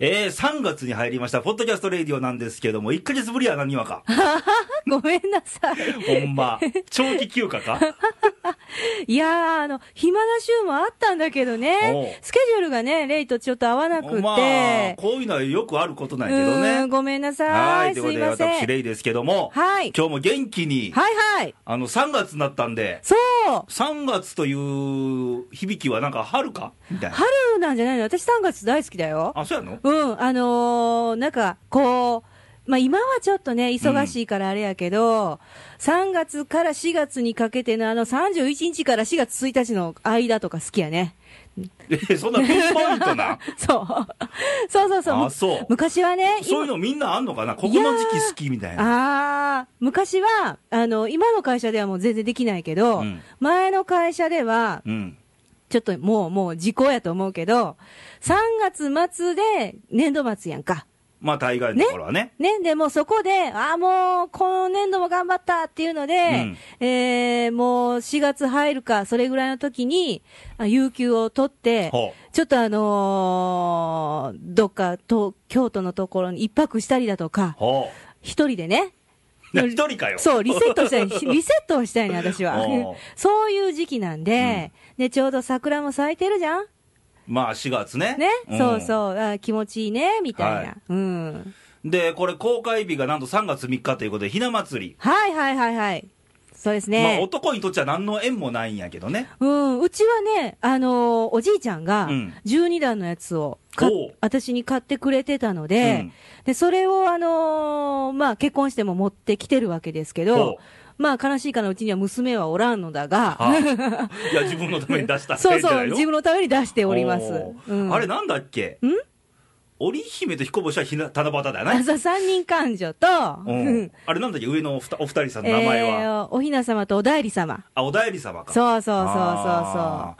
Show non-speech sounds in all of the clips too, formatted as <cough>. えー、3月に入りました、ポッドキャストレディオなんですけども、1ヶ月ぶりやな、にわか。 <laughs> ごめんなさい。ほん <laughs> ま。長期休暇かいやー、あの、暇な週もあったんだけどおうね、スケジュールがね、レイとちょっと合わなくて、まあ、こういうのはよくあることなんうやけどーん、ね。ごめんなはさい、い、ということすいで、ませ私、ん。レイですけども、はい今日も元気に、はいはい、あの、3月になったんで、そう、 3月という響きはなんか春かみたいな。春なんじゃないの、私、3月大好きだよ。あ、そうやのうん、あのーなんか、こう、まあ、今はちょっとね、忙しいからあれやけど、3月から4月にかけてのあの31日から4月1日の間とか好きやね。え、そんなピンポイントなそう。そう <laughs> そうそう。あ、むそう。昔はね、そういうのみんなあんのかなここの時期好きみたいな。ああ、昔は、あの、今の会社ではもう全然できないけど、うん前の会社では、うん。ちょっともう、もう時効やと思うけど、3月末で年度末やんか。まあ、大概のところはね。ね、でもうそこで、ああ、もう、この年度も頑張ったっていうので、えーもう4月入るか、それぐらいの時に、あ有給を取って、ほう。ちょっとあのーどっかと、京都のところに一泊したりだとか、ほ一人でね、う。ね一人かよ。そう、リセットしたい、 <laughs> リセットをしたいね、私はおー。 <laughs> そういう時期なんで、で、ちょうど桜も咲いてるじゃんまあ、4月ね。ね、んそうそう、あ気持ちいいね、みたいな。はいうん。で、これ公開日がなんと3月3日ということで、ひな祭り。はいはいはいはい。そうですまあ、ね。男にとっちゃ何の縁もないんやけど <laughs> ね。うん、うちはね、あのーおじいちゃんがうん、 12段のやつを買っ、おう私に買ってくれてたので、うんで、それを、あのーまあ、結婚しても持ってきてるわけですけほうど、まあ、悲しいかな、うちには娘はおらんのだが、あいや、自分のために出したってそうじゃそなう、いの自分のために出しております。おーうんあれ、なんだっけん織姫と彦星はひな七夕だよあね。そう三人感情と、うん、あれなんだっけ上のおふたお二人さんのえ名前は。ーおひな様とおだいり様。あ、おだえり様か。うそうそうそうそうそう。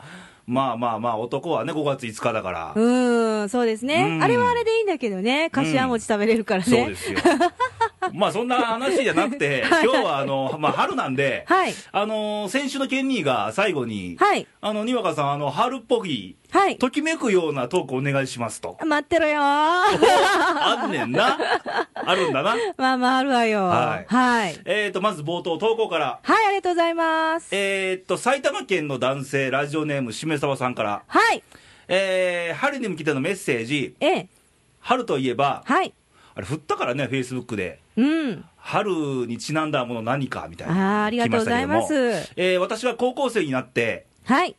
まあまあまあ、男はね、5月5日だから。そう。うーん、そうですうね。んあれはあれでいいんだけどね。かしわ餅食べれるからそうねで。すよ。まあそんな話じゃなく <laughs> て、今日はあの、まあ春なんで、はい。あのー先週のケンニーが最後に、はい。あの、にわかさん、あの、春っぽい、はい。ときめくようなトークお願いしますと。待って <laughs> ろよーあんねんな。あるんだな。まあまああるわよ。ははいい。はい。えっ、と、まず冒頭、投稿から。ありがとうございます。えっ、と、埼玉県の男性、ラジオネーム、しめさばさんから、はい。えー、春に向けてのメッセージ、ええ。春といえば、はい。あれ、振ったからね、フェイスブックで。うん。春にちなんだもの何かみたいあな。ーありがとうございます来したけどもえー私が高校生になって、はい。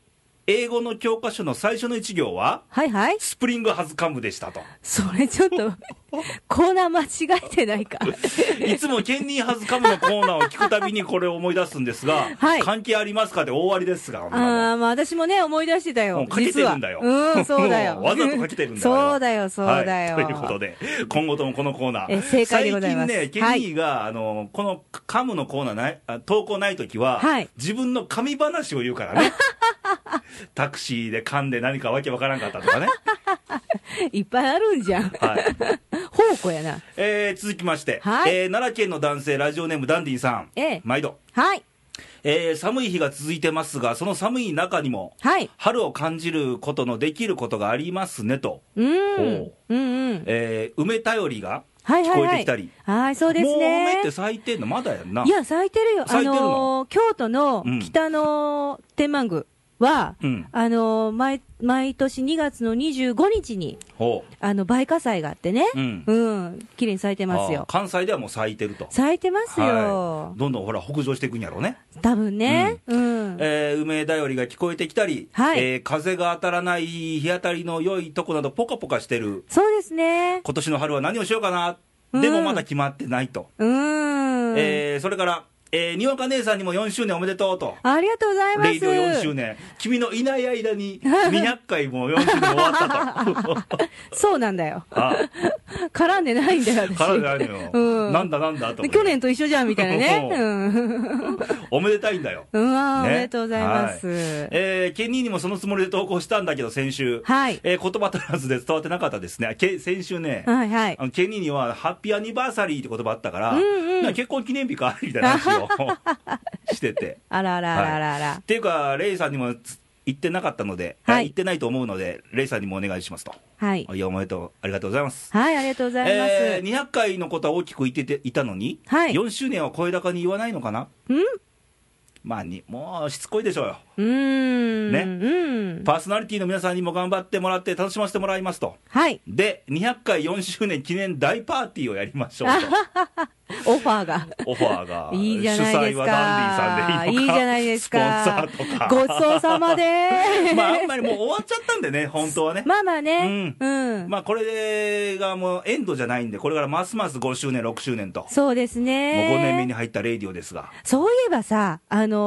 英語の教科書の最初の一行は、はいはい。スプリングハズカムでしたと。それちょっ <laughs> と、コーナー間違えてないか。いつもケンニーハズカムのコーナーを聞くたびにこれを思い出すんですが、はい関係ありますかって大ありですが、こんなもんああ、まあ私もね、思い出してたもよう。かけてるんだよ実はうん、そうだ <laughs> よ。わざとかけてるんだよ <laughs> そうだよ、そうだよ。はいという <laughs> ことで、今後ともこのコーナー、え正解でございます最近ね、ケニーが、あのこのカムのコーナーないあ投稿ないときは、はい自分の神話を言うから <laughs> ね、タクシーで噛んで何かわけわからんかったとかね、いっぱいあるんじゃん。はい宝庫やな。えー続きまして、はいえー奈良県の男性、ラジオネーム、ダンディンさん、ええ毎度、はい。えー寒い日が続いてますが、その寒い中にも、はい。春を感じることのできることがありますねと、うほんう。うんうん。えー梅頼りがはい聞はいこえはてきたり。い。はい、そうですもうね梅っ。て咲いてんのまだやんないや、咲いてるよ。咲いあてるののー、京都のうん北の天満宮は、うんあのー、毎、毎年2月の25日に、ほあの、梅花祭があってね。う、うんうん。綺麗に咲いてますあーよ。関西ではもう咲いてると咲いてますはよい。どんどんほら北上していくんやろうね、多分ね。うん。えー梅頼りが聞こえてきたり、はいえー風が当たらない日当たりの良いとこなどポカポカしてるそうですね。今年の春は何をしようかな、うんでもまだ決まってないと、うーん、えーそれから、えーにわか姉さんにも4周年おめでとうとありがとうございます。レイディオ4周年君のいない間 <laughs> に200回も4周年終わったとそうなんだよ。あ絡んでないんだよ、私。からじゃないのよ、うんなんだなんだと思って去年と一緒じゃん、みたいな <laughs> ね。そううん。おめでたいんだようん、あーねおめでとうございます。えー、ケニーにもそのつもりで投稿したんだけど、先週、はい。えー言葉足らずで伝わってなかったですね、け先週ね、はい、はい。あのケニーにはハッピーアニバーサリーって言葉あったから、うんうんなんか結婚記念日か <laughs> みたいな話をしてて。あらあらあらあらあら。っていうか、レイさんにもつ行ってなかったので、はいあ行ってないと思うので、レイさんにもお願いしますと。はい。いや、おめでとう。ありがとうございます。はい、ありがとうございます。えー、200回のことは大きく言ってていたのに、はい4周年は声高に言わないのかなうんまあに、もうしつこいでしょうよ。うーん。ねうん。パーソナリティの皆さんにも頑張ってもらって、楽しませてもらいますと。はい。で、200回4周年記念大パーティーをやりましょ <laughs> うオファーが。。と、オファーがいいじゃないです主催はダか。ンディさんでいいのかじゃないですか。スポンサーとか。。ごちそうさまで <laughs> まあ、あんまりもう終わっちゃったんでね、本当はね。まあまあね。うん。まあ、これがもうエンドじゃないんで、これからますます5周年、6周年と、もそうですうね。 5年目に入ったレイディオですが、そういえばさ、あのー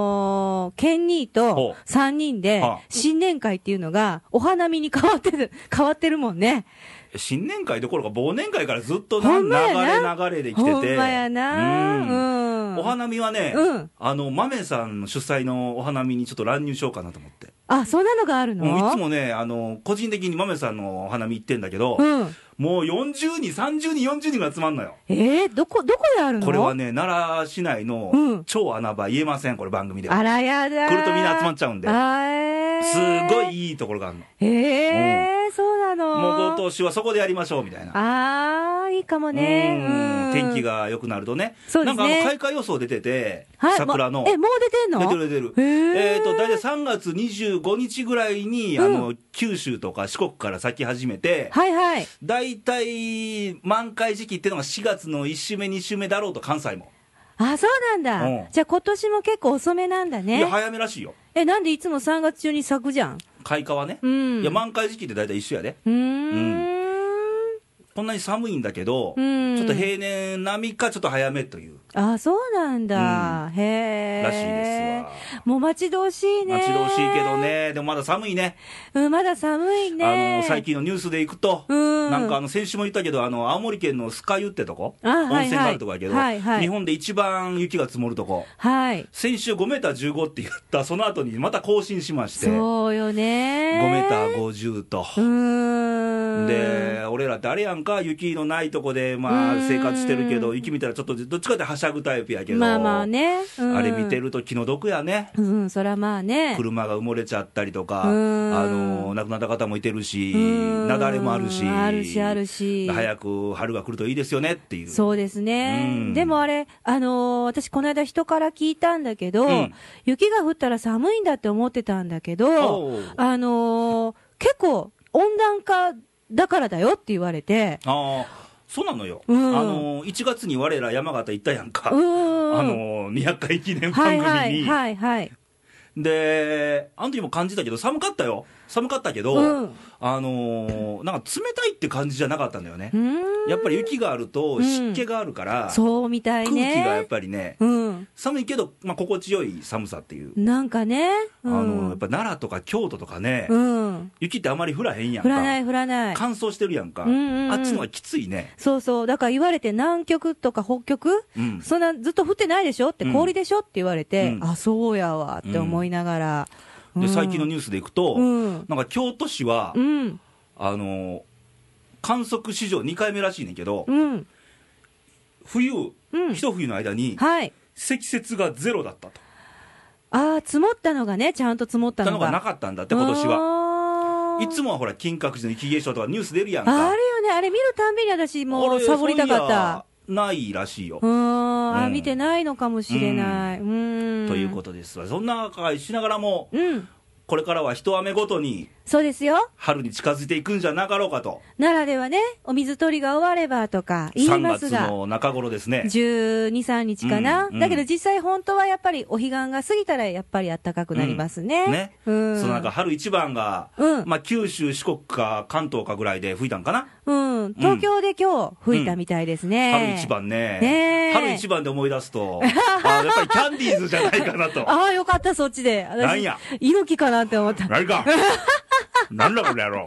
ケンニーほとう3人ではあ、新年会っていうのが、お花見に変わってる、 <laughs> 変わってるもんね。新年会どころか忘年会からずっとなほ流んまやなれ流れで来てて、ほんまやなうんうん。お花見はね、うんあの、マメさんの主催のお花見にちょっと乱入しようかなと思って。あ、そんなのがあるのもういつもね、あの、個人的にマメさんのお花見行ってんだけど、うん。もう40人、30人、40人が集まんのよ。えー、どこ、どこであるのこれはね、奈良市内のうん超穴場言えません、これ番組では。あらやだー。来るとみんな集まっちゃうんであえーすごいいいところがあるの。えー、そうなのもう今年はそこでやりましょうみたいな。あー、いいかもね。うんうん。天気。が良くなるとね。そうでなすねんかあの開花予想出てて、はい、桜の。まえ、もう出てんの出てる出てる。へーえっ、と、大体3月25日ぐらいに、あの、う九州とか四国から咲き始めて、はいはい。大体満開時期っていうのが4月の1週目、2週目だろうと、関西も。あ、そうなんだ。うんじゃあ今年も結構遅めなんだいや、ね。早めらしいよ。え、なんでいつも3月中に咲くじゃん。開花はね。うん。いや、満開時期って大体一緒やで。うーん。こんなに寒いんだけど、うんちょっと平年並みかちょっと早めというあ、そうなんだ。へえ。らしいですわ。もう待ち遠しいね。待ち遠しいけど。ね、でもまだ寒いね。うん、まだ寒いあね。の、最近のニュースで行くと、うんなんかあの、先週も言ったけど、あの、青森県の酸ヶ湯ってとこ、あはいはい温泉があるとこやけど、はいはい日本で一番雪が積もるとこ、はい。先週5メーター15って言った、その後にまた更新しまして、5そうよね。メーター50と。うーん。で、俺らってあれやんか、雪のないとこで、まあう、ん生活してるけど、雪見たらちょっと、どっちかってはしゃぐタイプやけど、まあまあね。うんあれ見て。ると気の毒やね。うん、そらまあね。車が埋もれちゃったりとか、あうんの亡くなった方もいてるし、雪うん崩もあるし、あるし、あるし。早く春が来るといいですよねっていう、そうですね、うんでもあれ、あのー私、この間、人から聞いたんだけど、うん雪が降ったら寒いんだって思ってたんだけど、おうあのー結構、温暖化だからだよって言われて、ああそうなのよ、うんあの、1月に我ら山形行ったやんか、うーん、あの200回記念番は組いに、はいはいはい、で、あの時も感じたけど、寒かったよ、寒かったけど、うんあのなんか冷たいって感じじゃなかったんだよねう、ーんやっぱり雪があると湿気があるから、そうみたい空気がね、やっぱりね、うん、寒いけど、まあ、心地よい寒さっていう。なんかね、うん、あのやっぱ奈良とか京都とかね、うん、雪ってあまり降らへんやんか降らない、降らない、乾燥してるやんか、うんうんうんあっちの方がきついね、そうそう、だから言われて、南極とか北極、うんそんなずっと降ってないでしょって、うん氷でしょって言われて、うんあそうやわって思いながら、で最近のューニュースでいくと、うんなんか京都市は、うん、あの観測史上2回目らしいねんけど、うん、冬、うん一冬の間にはい、積雪がゼロだったと、あー、積もったのがね、ちゃんと積もったたののがなが。かったんだって、今年は。はいつもはほら、金閣寺の雪化粧とかニュース出るやんあかる、よね、あれ見るたんびに私、もあうれサボりたかった。。そういやないらしいよう。ーん、あうーん見てないのかもしれない。うーん。ということですわ、そんな会しながらも、うん、これからは一雨ごとにそうですよ。春に近づいていくんじゃなかろうかと、奈良ではね、お水取りが終わればとか言い3ます月が。の中頃ですね。 12、3日かな、うんうんだけど実際、本当はやっぱりお彼岸が過ぎたら、やっぱり暖かくなりますね。ね、うん、その中、春一番が、うんまあ、九州、四国か関東かぐらいで吹いたんかな、うん、東京で今日吹いたみたいですね。春一番ね、ねえ春一番で思い出すと、あーやっぱりキャンディーズじゃないかなと、ああ、よかった、そっちで。私なんや猪木かなって思った。何か、なんだこの野郎、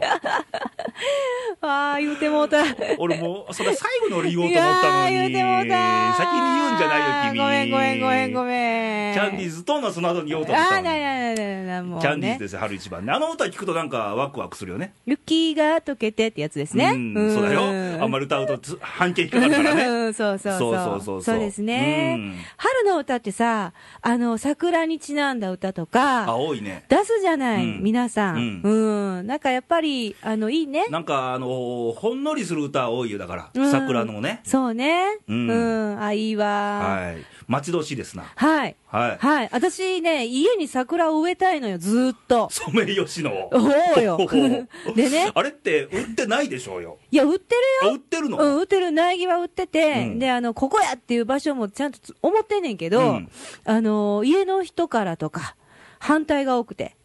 ああ、言うてもうた。俺もう、それ最後の俺言おうと思ったのに。いやー言うてもうた。先に言うんじゃないよ、君。ごめん、ごめん、ごめん、ごめん。キャンディーズとのその後に言おうと思っあたあ、のなに。なななな、もう、ね。キャンディーズですよ、春一番ね。あの歌聞くとなんかワクワクするよね。雪が溶けてってやつですね。うん、そうだよ。あんまりり。歌うとつ半径引っかかるからね。うん <laughs> そうそうそう。そうそうそうそうそうですね、うん春の歌ってさ、あの、桜にちなんだ歌とか、青いね。出すじゃない、うん皆さん,、ううん。なんかやっぱり、あの、いいね。なんか、あのーほんのりする歌多いよ、だかうら。ん桜のね。そうね。う。うんんあ、いいわ、はい。待ち遠しいですな。はい。はい。はい。私ね、家に桜を植えたいのよ、ずーっと。ソメイヨシノ。。おうよ <laughs> <laughs> でね、あれって売ってないでしょうよ。いや、売ってるあ、売ってるの、うん、売ってる、苗木は売ってて、うんで、あの、ここやっていう場所もちゃんとつ思ってんねんけど、うんあの、家の人からとか、反対が多くて、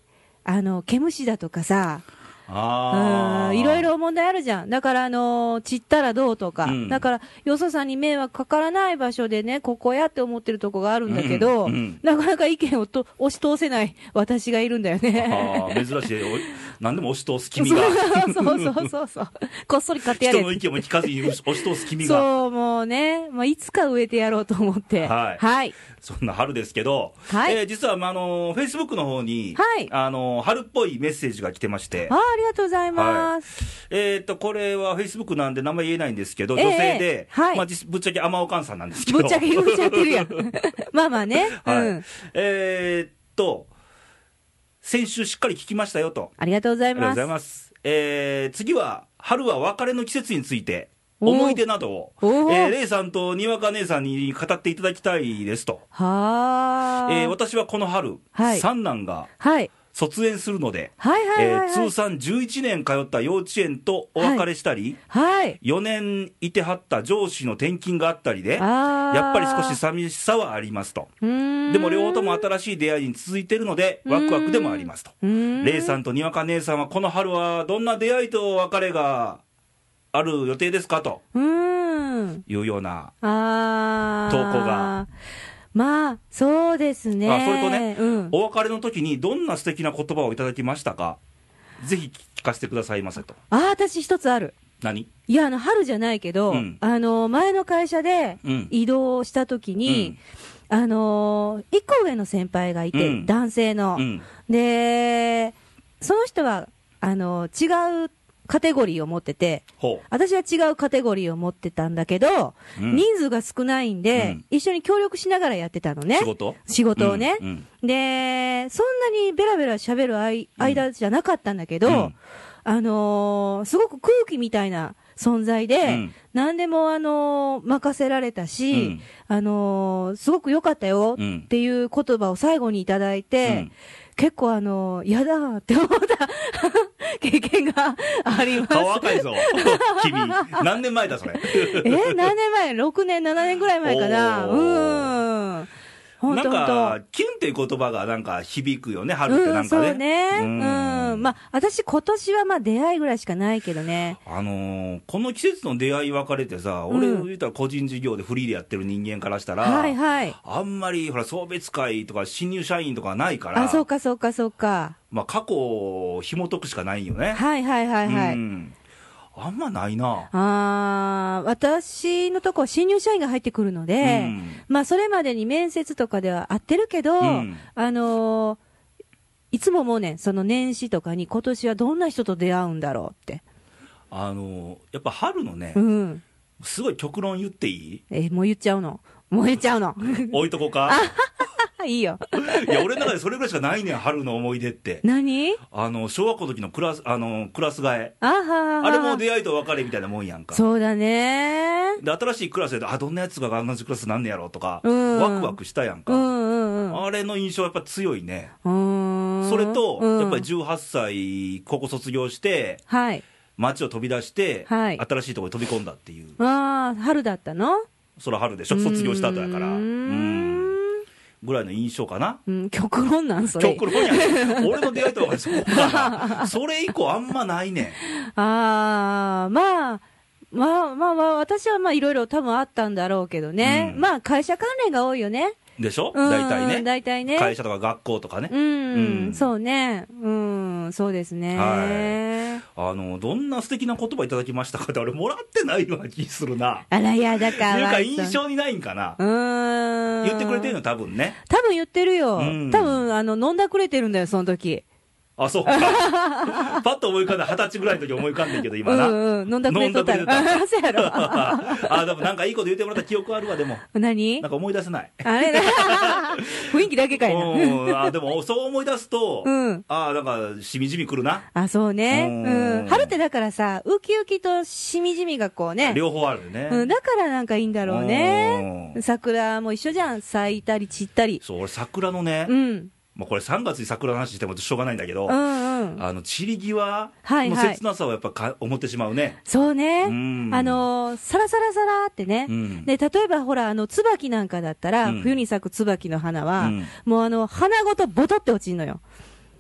あの、毛虫だとかさ、ああ。うんいろい。ろ問題あるじゃん。だから、あの、散ったらどうとか、うんだから、よそさんに迷惑かからない場所でね、ここやって思ってるとこがあるんだけど、うんうんなかなか意見をと押し通せない私がいるんだよね。ああ、珍しい。お何でも押し通す君が。 <laughs> そうそうそうそう。こっそり買ってや <laughs> れ人っての意見も聞かずに押 <laughs> し押し通す君が。そう、もうね、まあ、いつか植えてやろうと思って。はいはい。そんな春ですけど、はいえー実は、まあ、あの、Facebook の方に、はいあの、春っぽいメッセージが来てましてあー、、ありがとうござ <laughs> います。えーっと、これは Facebook なんで名前言えないんですけど、ええ女性で、はいまあ、実ぶっちゃけ天おかんさんなんですけど。ぶっちゃけ言っちゃってるやん。 <laughs> まあまあね。はい。うん。えーっと、先週しっかり聞きましたよと。ありがとうござあいりがとうまごす。ざいます。えー次は、春は別れの季節について、おー思い出などを、えおーー、レイさんとにわか姉さんに語っていただきたいですと。はーえー私はこの春、はい三男がはい。卒園するので、はいはいえはい、はーい。通算11年通った幼稚園とお別れしたり、はい。 4年いてはった上司の転勤があったりで、やっあーぱり少し寂しさはありますと。うーんでも両方とも新しい出会いに続いているので、ワクワクでもありますと。うーんレイさんとにわか姉さんは、この春はどんな出会いと別れがある予定ですかとうーん。いうような、あー投稿が。まあ、そうですね。あそれとね、うん。お別れの時にどんな素敵な言葉をいただきましたか、ぜひ聞かせてくださいませと。あー、私一つある。何いや、あの、春じゃないけど、うんあの、前の会社でうん移動したときに、あの、一個上の先輩がいて、うん男性の、うん。で、その人は、あの、違うカテゴリーを持ってて、ほ私は違うカテゴリーを持ってたんだけど、うん人数が少ないんうで、ん一緒に協力しながらやってたのう。ね。仕事仕事をね。うんうんで、そんなにベラベラ喋るあい間じゃなかったんだけど、うんあのーすごく空気みたいな存在で、うん何でも、あのー任せられたし、うんあのーすごく良かったようんっていう言葉を最後にいただいて、うん結構あのー嫌だーって思った <laughs> 経験があります。顔赤い <laughs> ぞ、君。何年前だ、それ。えー何年前 ?6 年、7年ぐらい前かな。おーうん。ほんなとんほんとか、キュンっていう言葉がなんか響くよね、春ってなんかね。うん、そうね。うんうん。まあ、私今年はまあ出会いぐらいしかないけどね。あのーこの季節の出会い別れてさ、うん俺を言ったら個人事業でフリーでやってる人間からしたら、はいはい。あんまりほら送別会とか新入社員とかないから、あ、そうかそうかそうか。まあ、過去を紐解くしかないよね。はいはいはいはうい。んあんまないな。あー私のとこは新入社員が入ってくるので、うんまあそれまでに面接とかでは会ってるけど、うんあのーいつももうね、その年始とかに今年はどんな人と出会うんだろうって。あのーやっぱ春のねう、ん。すごい極論言っていいえもう言っちゃうの。もう言っちゃうの。 <laughs> 置いとこうか。いいよ。 <laughs> いや、俺の中でそれぐらいしかないねん、春の思い出って。何あの、小学校の時のクラス、あの、クラス替え。あははは。あれも出会いと別れみたいなもんやんか。そうだね。で、新しいクラスで、あ、どんなやつが同じクラスなんねやろとか、うんワクワクしたやんうんか。うんうん。あれの印象はやっぱ強いね。うーんそれと、やっぱりうん18歳、高校卒業して、はい。街を飛び出して、はい新しいところに飛び込んだっていう、ああ、春だったのそら春でしょ、卒業した後やから。うーうんん。ぐらいの印象かな。うん、極論なん、それ。極論や <laughs> ね俺の出会いとはそこかな。それ以降あんまないねん。ああ、まあ、まあまあまあ、私はまあいろいろ多分あったんだろうけどね。うんまあ会社関連が多いよね。でしょうん大体ね。大体ね会社とか学校とかね。うん、うんそうね。うん、そうですね。はあの、どんな素敵な言葉いただきましたかって、俺、もらってないような気するな。あら、やだかいうら。か、印象にないんかな。うーん。言ってくれてるの、多分ね。多分言ってるよ。うん多分、あの、飲んだくれてるんだよ、その時。あ、そう <laughs> か。パッと思い浮かんだ、二十歳ぐらいの時思い浮かんだけど、う今な。んうん、飲んだくれとった飲んら。だくれそうやろ。 <laughs> あ、でもなんかいいこと言ってもらった記憶あるわ、でも。何なんか思い出せない。あれだ。 <laughs> 雰囲気だけかいな。うん、 <laughs> あ、でも、そう思い出すと、うん。あ、なんか、しみじみくるな。あ、そうね。うんうん。春ってだからさ、ウキウキとしみじみがこうね。両方あるね。うん、だからなんかいいんだろうねう。ん桜も一緒じゃん。咲いたり散ったり。そう、俺、桜のね、うん。まあ、これ3月に桜の話してもしょうがないんだけど、うんうん。あの散り際はいのはい切なさをやっぱか思ってしまうね。そうね。うんあのー、さらさらさらってね。うんで、例えばほら、あの、椿なんかだったら、うん冬に咲く椿の花うは、んもうあの、花ごとボトって落ちんのよ。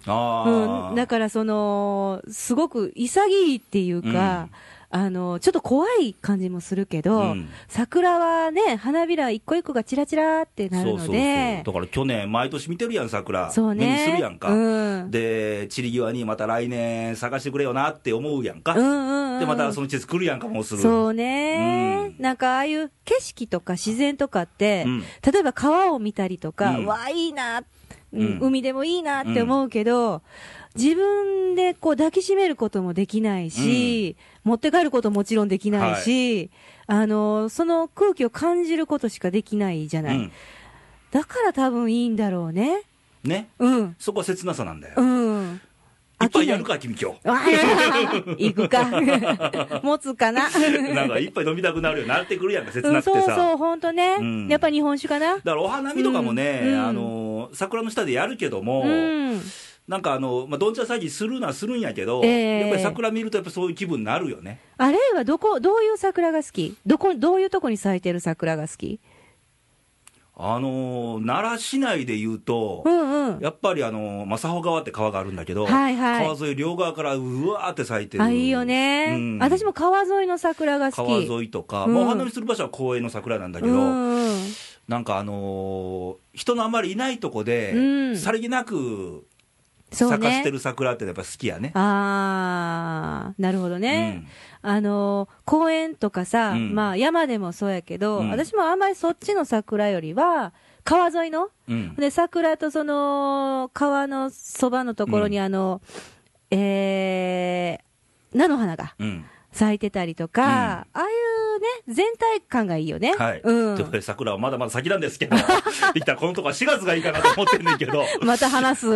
あうあ、ん。だからその、すごく潔いっていうか、あの、ちょっと怖い感じもするけど、うん桜はね、花びら一個一個がチラチラってなるそうそうのそう。でだ、から去年、毎年見てるやん、桜。そうね。目にするやんか。うん。で、散り際にまた来年探してくれよなって思うやんか。うんうんうん、で、またその季節来るやんか、もうすぐ。そうね、うんなんかああいう景色とか自然とかって、うん例えば川を見たりとか、うんわあ、いいな、うんうん海でもいいなって思うけど、自分でこう抱きしめることもできないし、持って帰ることももちろんできないし、あのその空気を感じることしかできないじゃうない、ん。だから多分いいんだろうね、ね。うん、そこは切なさなんだよう。ん、 <laughs> いっぱいやるか、君今日。わあ行 <laughs> くか、持つかな。なんかいっぱい飲みたくなるようになってくるやんか、切う、なんくてそうさ。そう、本当ね、うんやっぱ日本酒かな。だからお花見とかもね、うんあの桜の下でやるけども、うん、なんかあの、まあ、どんちゃん詐欺するのはするんやけど、ええやっぱり桜見ると、やっぱそういう気分になるよね。あれはどこ、どういう桜が好きどこ、どういうとこに咲いてる桜が好きあのー奈良市内でいうとう、んうん。やっぱりあのー正穂川って川があるんだけど、はいはい川沿い両側からうわーって咲いてる、あ、いいよね、うん私も川沿いの桜が好き。川沿いとか、うんまあお花見する場所は公園の桜なんだけうど、んうん。なんかあのー人のあまりいないとこで、うんさりげなくそう咲かねして。る桜ってやっぱ好きやね。あー、なるほどね。あのー、公園とかさ、うんまあ山でもそうやけど、うん私もあんまりそっちの桜よりは、川沿いのうんうんで、桜とその、川のそばのところに、うあの、えー、菜の花がうん咲いてたりとか、ああいうね、全体感がいいよね。はい。うということん。で、桜はまだまだ先なんです <laughs> けど、できたらこのとこは4月がいいかなと思ってんねんけど、また話す。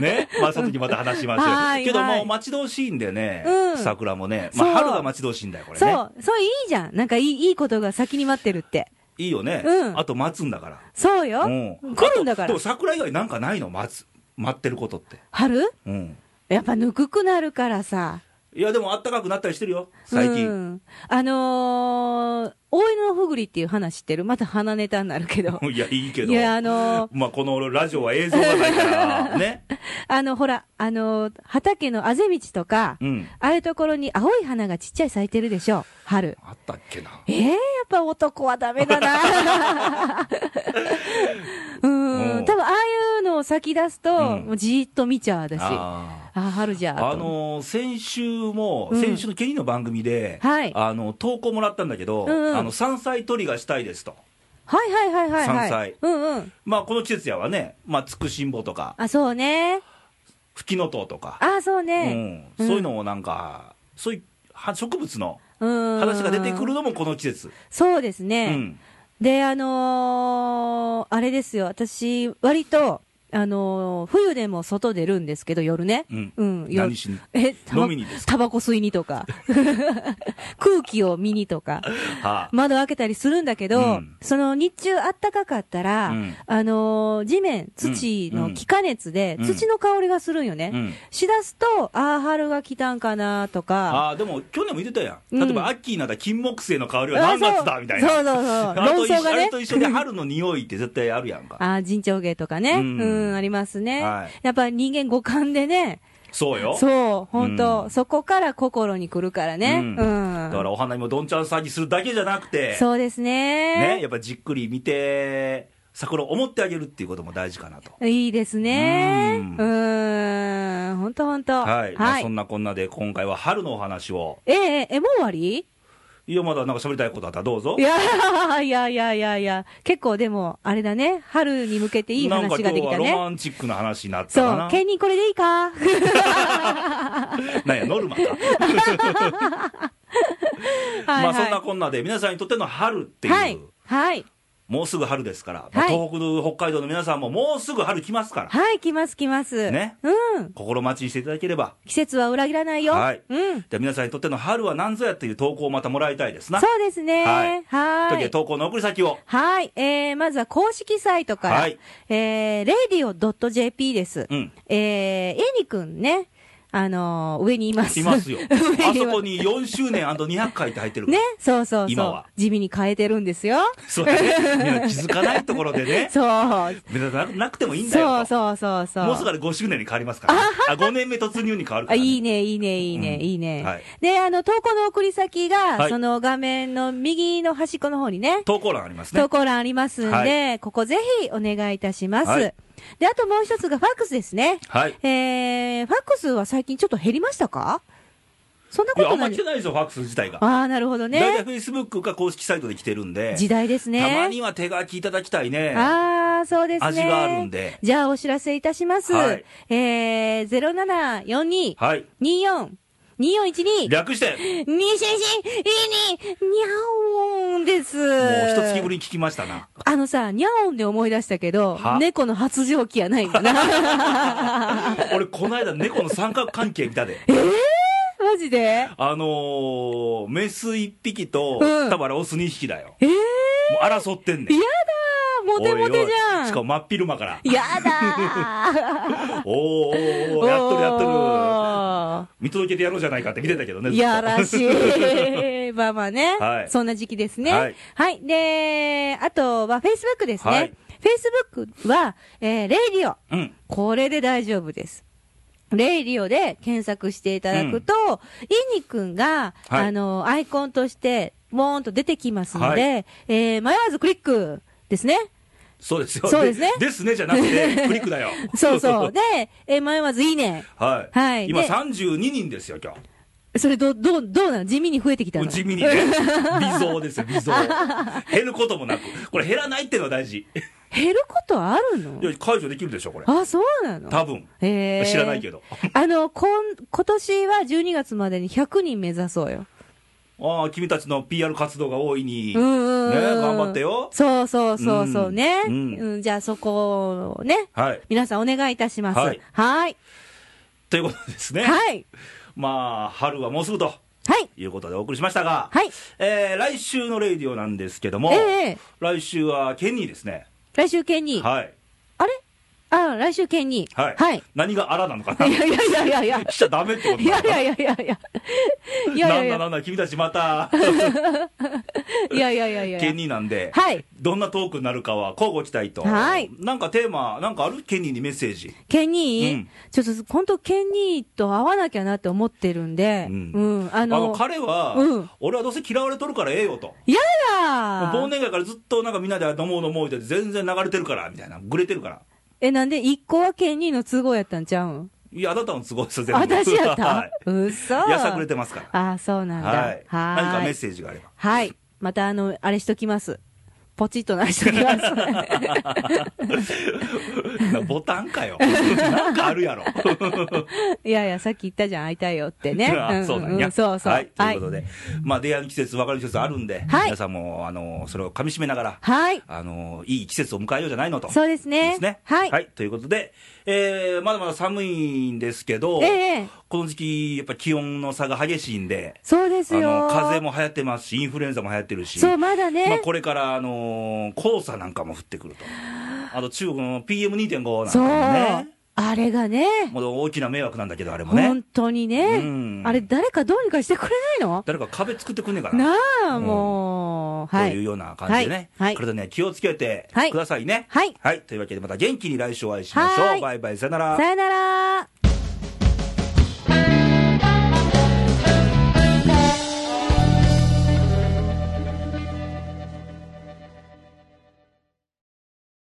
ね。まあ、その時また話しましょはう。いけどはも、い待ち遠しいんでね、うん桜もね、まそあ、う春が待ち遠しいんだよ、これそね。う、そういいじゃん。なんかいい、いいことが先に待ってるって。いいよね。うんあと待つんだから。そうよ。うん来るんだかあとでらも。桜以外なんかないの待つ。待ってることって。春うん。やっぱぬくくなるからさ。いや、でもあったかくなったりしてるよ、最う近。んあのー、大犬のふぐりっていう話してる。また鼻ネタになるけど。 <laughs> いや、いいけいど。や、あのー、まあ、このラジオは映像がない <laughs> から、ね。あの、ほら、あの、畑のあぜ道とか、うん。ああいうところに青い花がちっちゃい咲いてるでしょ、春。あったっけな。ええやっぱ男はダメだな。<laughs> う、うんん多分ああいうのを先出すと、うんもうじーっと見ちゃう、私。ああーあ、春じゃとあのー先週も、うん先週のケニーの番組で、はいあの投稿もらったんだけど、うんうんあの山菜取りがしたいですと、はいはいはいはい、は山い。菜うんうん。まあ、この季節やはね、まあ、つくしんぼとか、あ、そうね。フキノトウとか、あ、そうね。うんそういうのをなんか、そういうは植物のうん。話が出てくる。のもこの季節、そうですうね。んで、あのーあれですよ、私、割と、あのー冬でも外出るんですけど、夜ね。うんうん、夜何しに、え、タバ飲みにですタバコ吸いにとか、 <laughs> 空気を見にとか、はあ窓開けたりするんだけど、うんその日中あったかかったら、うんあのー地面、土の気化熱で、うん土の香りがするんよね。うんしだすと、ああ、春が来たんかなとか、あーでも去年も言ってたや、うんん例えばアッキーなら金木犀の香りは何月だみたいな、そうそうそう <laughs> あと一そう、論争緒あがねれ。と一緒で春の匂いって絶対あるやんか、 <laughs> ああ、人長芸とかね。ううんん、ありますね。はいやっぱり人間五感でね、そうよ。そう、本当、うんそこから心に来るからね。ううんん。だからお花見もどんちゃん騒ぎするだけじゃなくて、そうですねね、やっぱじっくり見て、桜を思ってあげるっていうことも大事かなと。いいですね。ううんん。うん、本当本当。はい、まあ、はいそんなこんなで今回は春のお話をええええ、もう終わりいやまだなんか喋りたいことあったらどうぞいや <laughs> いやいやいやいや、結構でも、あれだね、春に向けていいなんか話今が日できはたロね。マンチックな話になったかそうな、兼任こ <laughs> れでいいかなんやノル <laughs> マか、はいまはあいそんなこんなで皆さんにとっての春っていう、はい。はい。もうすぐ春ですから、まあはい東北北海道の皆さんももうすぐ春来ますからはい、来ます来ます。ね。うん。心待ちにしていただければ季節は裏切らないよ。はいうん。じゃあ皆さんにとっての春は何ぞやっていう投稿をまたもらいたいですな。そうですはいね。はというわけーでい。投稿の送り先を。はい。えー、まずは公式サイトから。はいえー、radio.jp です。うん。えー、えにくんね。あのー上にいます。。いますよ <laughs> 上にいまあすそこに4周年 &200 回って入ってる。ね。そうそうそう。今は地味に変えてるんですよ。そうやね。みんな気づかないところでね。 <laughs> そう。目立たなくてもいいんだよそと。うそうそうそう。もうすぐあれ5周年に変わりますから、ね。あ、5年目突入に変わるかあ、ら、ね。いいね、いいね、いいね、うんいいね。はいで、あの、投稿の送り先が、はいその画面の右の端っこの方にね、投稿欄ありますね投。稿欄ありますんで、はここぜひお願いいたします。はいで、あともう一つがファックスですね。はい。えー、ファックスは最近ちょっと減りましたかそんなこいや、あとんなまい来て。ないですよ、ファックス自体が。ああ、なるほどだいたいね。 Facebook か公式サイトで来てるんで。時代ですね。たまには手書きいただきたいね。ああ、そうですね。味があるんでじゃあ、お知らせいたします。はいえー、0742、はい。 24、2412、略して、にしし、いいに、にゃおんです。もう一月ぶりに聞きましたな。あのさ、にゃおんで思い出したけどは、猫の発情期やないん <laughs> だな。俺、この間猫の三角関係見たで。マジであのー、メス1匹と、うん多分あれオス2匹だよ。えー、もう争ってんねんや。だーモテモテおじいおいゃしんかも真っ昼間から。やだーおーお <laughs> ーおーやっとるやっとる。と見届けてやろうじゃないかって見てたけどね。ずっとやらし <laughs> い。まあまあね、はいそんな時期ですね。ははいい。で、あとは Facebook ですね。はい Facebook は、えー、レイディオ。うん。これで大丈夫です。レイリオで検索していただくと、イニくんが、はいあの、アイコンとして、ボーンと出てきますので、はえー迷わずクリックで <laughs> すね。そうですよ。そうですね。ですねじゃなくて、クリックだよ <laughs> そうそう。。で、えー迷わずいいね。 <laughs> はい。はい今で32人ですよ、今日。それど、どう、どうなの地味に増えてきたの地味に <laughs> ね。微増ですよ、微増。減ることもなく。これ減らないっていうのは大事。減ることあるのいや、解除できるでしょ、これ。あ、そうなの多分。え知らないけど。ど。 <laughs> あの、こん、今年は12月までに100人目指そうよ。ああ、君たちの PR 活動が大いに。うんうんうん。ね頑張ってよそうそうそうそうね。ううんん、じゃあそこをね、はい。皆さんお願いいたします。ははいい。はい。ということですね。はい。まあ、春はもうすぐとはい。いうことでお送りしましたが、はい。えー来週のレイディオなんですけども、ええ来週はケニーですね。来週県に。はい。あれあ、来週県に。はい。はい。何があらなのかいなやいやいやいやい <laughs> や。来ちゃダメってこといやないやいやいやいや。いやいなやんだなんだ、君たちまた、いやいやいやいや。ケニーなんで、はい。どんなトークになるかは交互期待と。はいなんかテーマ、なんかあるケニーにメッセージ。県うにん、ちょっと本当県にと会わなきゃなって思ってるんで、ううんん。ああの、の、彼は、うん俺はどうせ嫌われとるからええよと。やもう忘だ年会からずっとなんかみんなで飲もう飲もうって全然流れてるから、みたいな。ぐれてるから。え、なんで一個は県にの都合やったんちゃうんいや、あなたの都合ですよ、全部。私やっ <laughs> はたい。うそやさぐれてますから。ああ、そうなんだ。はい。はーい。何かメッセージがあれば。 <laughs> はい。また、あの、あれしときます。ポチッとなし <laughs> ときます。なボタンかよ。 <laughs> なんかあるやろ。。いやいや、さっき言ったじゃん、会いたいよってね <laughs> あそうなんんや。んそうそう。はい。ということで、まあ、出会いの季節、別れの季節あるんで、はい皆さんも、あの、それを噛み締めながら、はい。あの、いい季節を迎えようじゃないのと。そうですね。ですね。はい。ということで、えー、まだまだ寒いんですけど、ええこの時期、やっぱ気温の差が激しいんで、そうですあよ。の、風邪も流行ってますし、インフルエンザも流行ってるし、そう、まだまあ、ね。これから、あのー黄砂なんかも降ってくると。あと、中国の PM2.5 なんそかう。もね。あれがね、もう大きな迷惑なんだけど、あれもね本。当にうんね。あれ、誰かどうにかしてくれないの誰か壁作ってくんねえかな。なあ、もう。はというい。ような感じでね、はいはい体には気をつけてはいくださいね。はいというわけでまた元気に来週お会いしましょう。はいバイバイ、さよならさ。よなら。